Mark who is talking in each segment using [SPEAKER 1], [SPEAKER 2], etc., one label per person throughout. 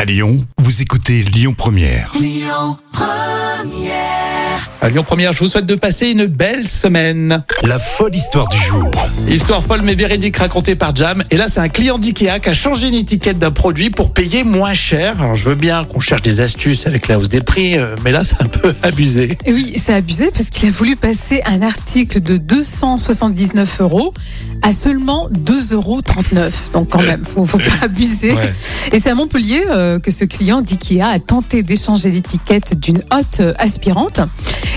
[SPEAKER 1] À Lyon, vous écoutez Lyon Première.
[SPEAKER 2] À Lyon Première, je vous souhaite de passer une belle semaine.
[SPEAKER 1] La folle histoire du jour.
[SPEAKER 2] Histoire folle mais véridique racontée par Jam. Et là, c'est un client d'IKEA qui a changé une étiquette d'un produit pour payer moins cher. Alors, je veux bien qu'on cherche des astuces avec la hausse des prix, euh, mais là, c'est un peu abusé.
[SPEAKER 3] Et Oui, c'est abusé parce qu'il a voulu passer un article de 279 euros à seulement 2,39 euros. Donc quand même, faut, faut pas abuser.
[SPEAKER 2] Ouais.
[SPEAKER 3] Et c'est à Montpellier euh, que ce client d'IKEA a tenté d'échanger l'étiquette d'une hotte euh, aspirante.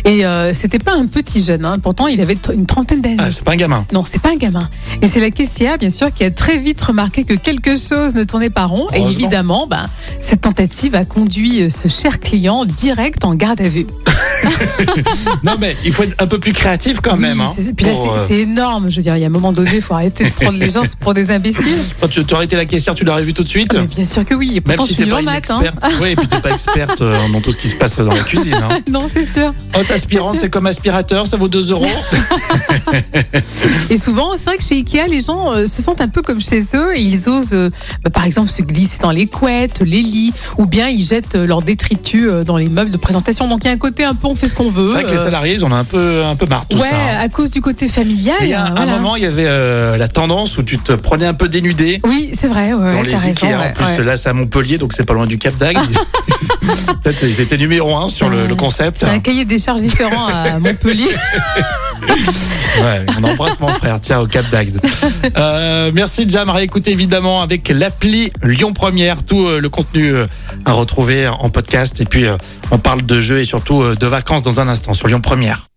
[SPEAKER 3] Et euh, c'était pas un petit jeune, hein. pourtant il avait tr- une trentaine d'années.
[SPEAKER 2] Ah, c'est pas un gamin.
[SPEAKER 3] Non, c'est pas un gamin. Et c'est la caissière, bien sûr, qui a très vite remarqué que quelque chose ne tournait pas rond. Et
[SPEAKER 2] Heureusement.
[SPEAKER 3] évidemment, ben, cette tentative a conduit euh, ce cher client direct en garde à vue.
[SPEAKER 2] non, mais il faut être un peu plus créatif quand même.
[SPEAKER 3] Oui,
[SPEAKER 2] hein,
[SPEAKER 3] c'est- puis là,
[SPEAKER 2] pour,
[SPEAKER 3] c'est-
[SPEAKER 2] euh,
[SPEAKER 3] c'est énorme. Je veux dire, il y a un moment donné, il faut arrêter de prendre les gens pour des imbéciles.
[SPEAKER 2] Quand tu aurais été la caissière, tu l'aurais vu tout de suite.
[SPEAKER 3] Ah, mais bien sûr que oui. Et
[SPEAKER 2] Même
[SPEAKER 3] pourtant,
[SPEAKER 2] si
[SPEAKER 3] je suis
[SPEAKER 2] t'es
[SPEAKER 3] nulle
[SPEAKER 2] pas
[SPEAKER 3] en
[SPEAKER 2] une
[SPEAKER 3] maths. hein.
[SPEAKER 2] experte. Oui, et puis t'es pas experte euh, dans tout ce qui se passe dans la cuisine. hein.
[SPEAKER 3] Non, c'est sûr.
[SPEAKER 2] Haute aspirante, c'est comme aspirateur, ça vaut 2 euros.
[SPEAKER 3] Et souvent, c'est vrai que chez Ikea, les gens euh, se sentent un peu comme chez eux et ils osent, euh, bah, par exemple, se glisser dans les couettes, les lits, ou bien ils jettent euh, leurs détritus euh, dans les meubles de présentation. Donc, il y a un côté un peu, on fait ce qu'on veut.
[SPEAKER 2] C'est vrai que les
[SPEAKER 3] euh,
[SPEAKER 2] salariés, on a un peu, un peu marre de tout
[SPEAKER 3] ouais,
[SPEAKER 2] ça. hein.
[SPEAKER 3] à cause du côté familial.
[SPEAKER 2] Et à un,
[SPEAKER 3] Eh voilà.
[SPEAKER 2] moment, il y avait euh, la tendance où tu te prenais un peu dénudé.
[SPEAKER 3] Oui, c'est vrai. Ouais,
[SPEAKER 2] Dans
[SPEAKER 3] ouais,
[SPEAKER 2] les
[SPEAKER 3] t'as raison,
[SPEAKER 2] Ikea, en
[SPEAKER 3] ouais,
[SPEAKER 2] plus
[SPEAKER 3] ouais.
[SPEAKER 2] là c'est à Montpellier, donc c'est pas loin du Cap d'Agde. Peut-être ils étaient numéro un sur le, le concept.
[SPEAKER 3] C'est un cahier des charges différent à Montpellier.
[SPEAKER 2] Ouais, on embrasse mon frère, tiens au Cap d'Agde. Euh, merci Jam, à réécouter évidemment avec l'appli Lyon Première, tout euh, le contenu euh, à retrouver en podcast. Et puis euh, on parle de jeux et surtout euh, de vacances dans un instant sur Lyon Première.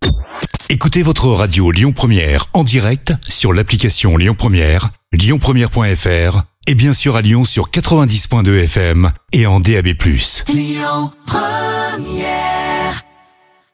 [SPEAKER 1] Écoutez votre radio Lyon Première en direct sur l'application Lyon Première, lyonpremière.fr et bien sûr à Lyon sur 90.2 FM et en DAB+.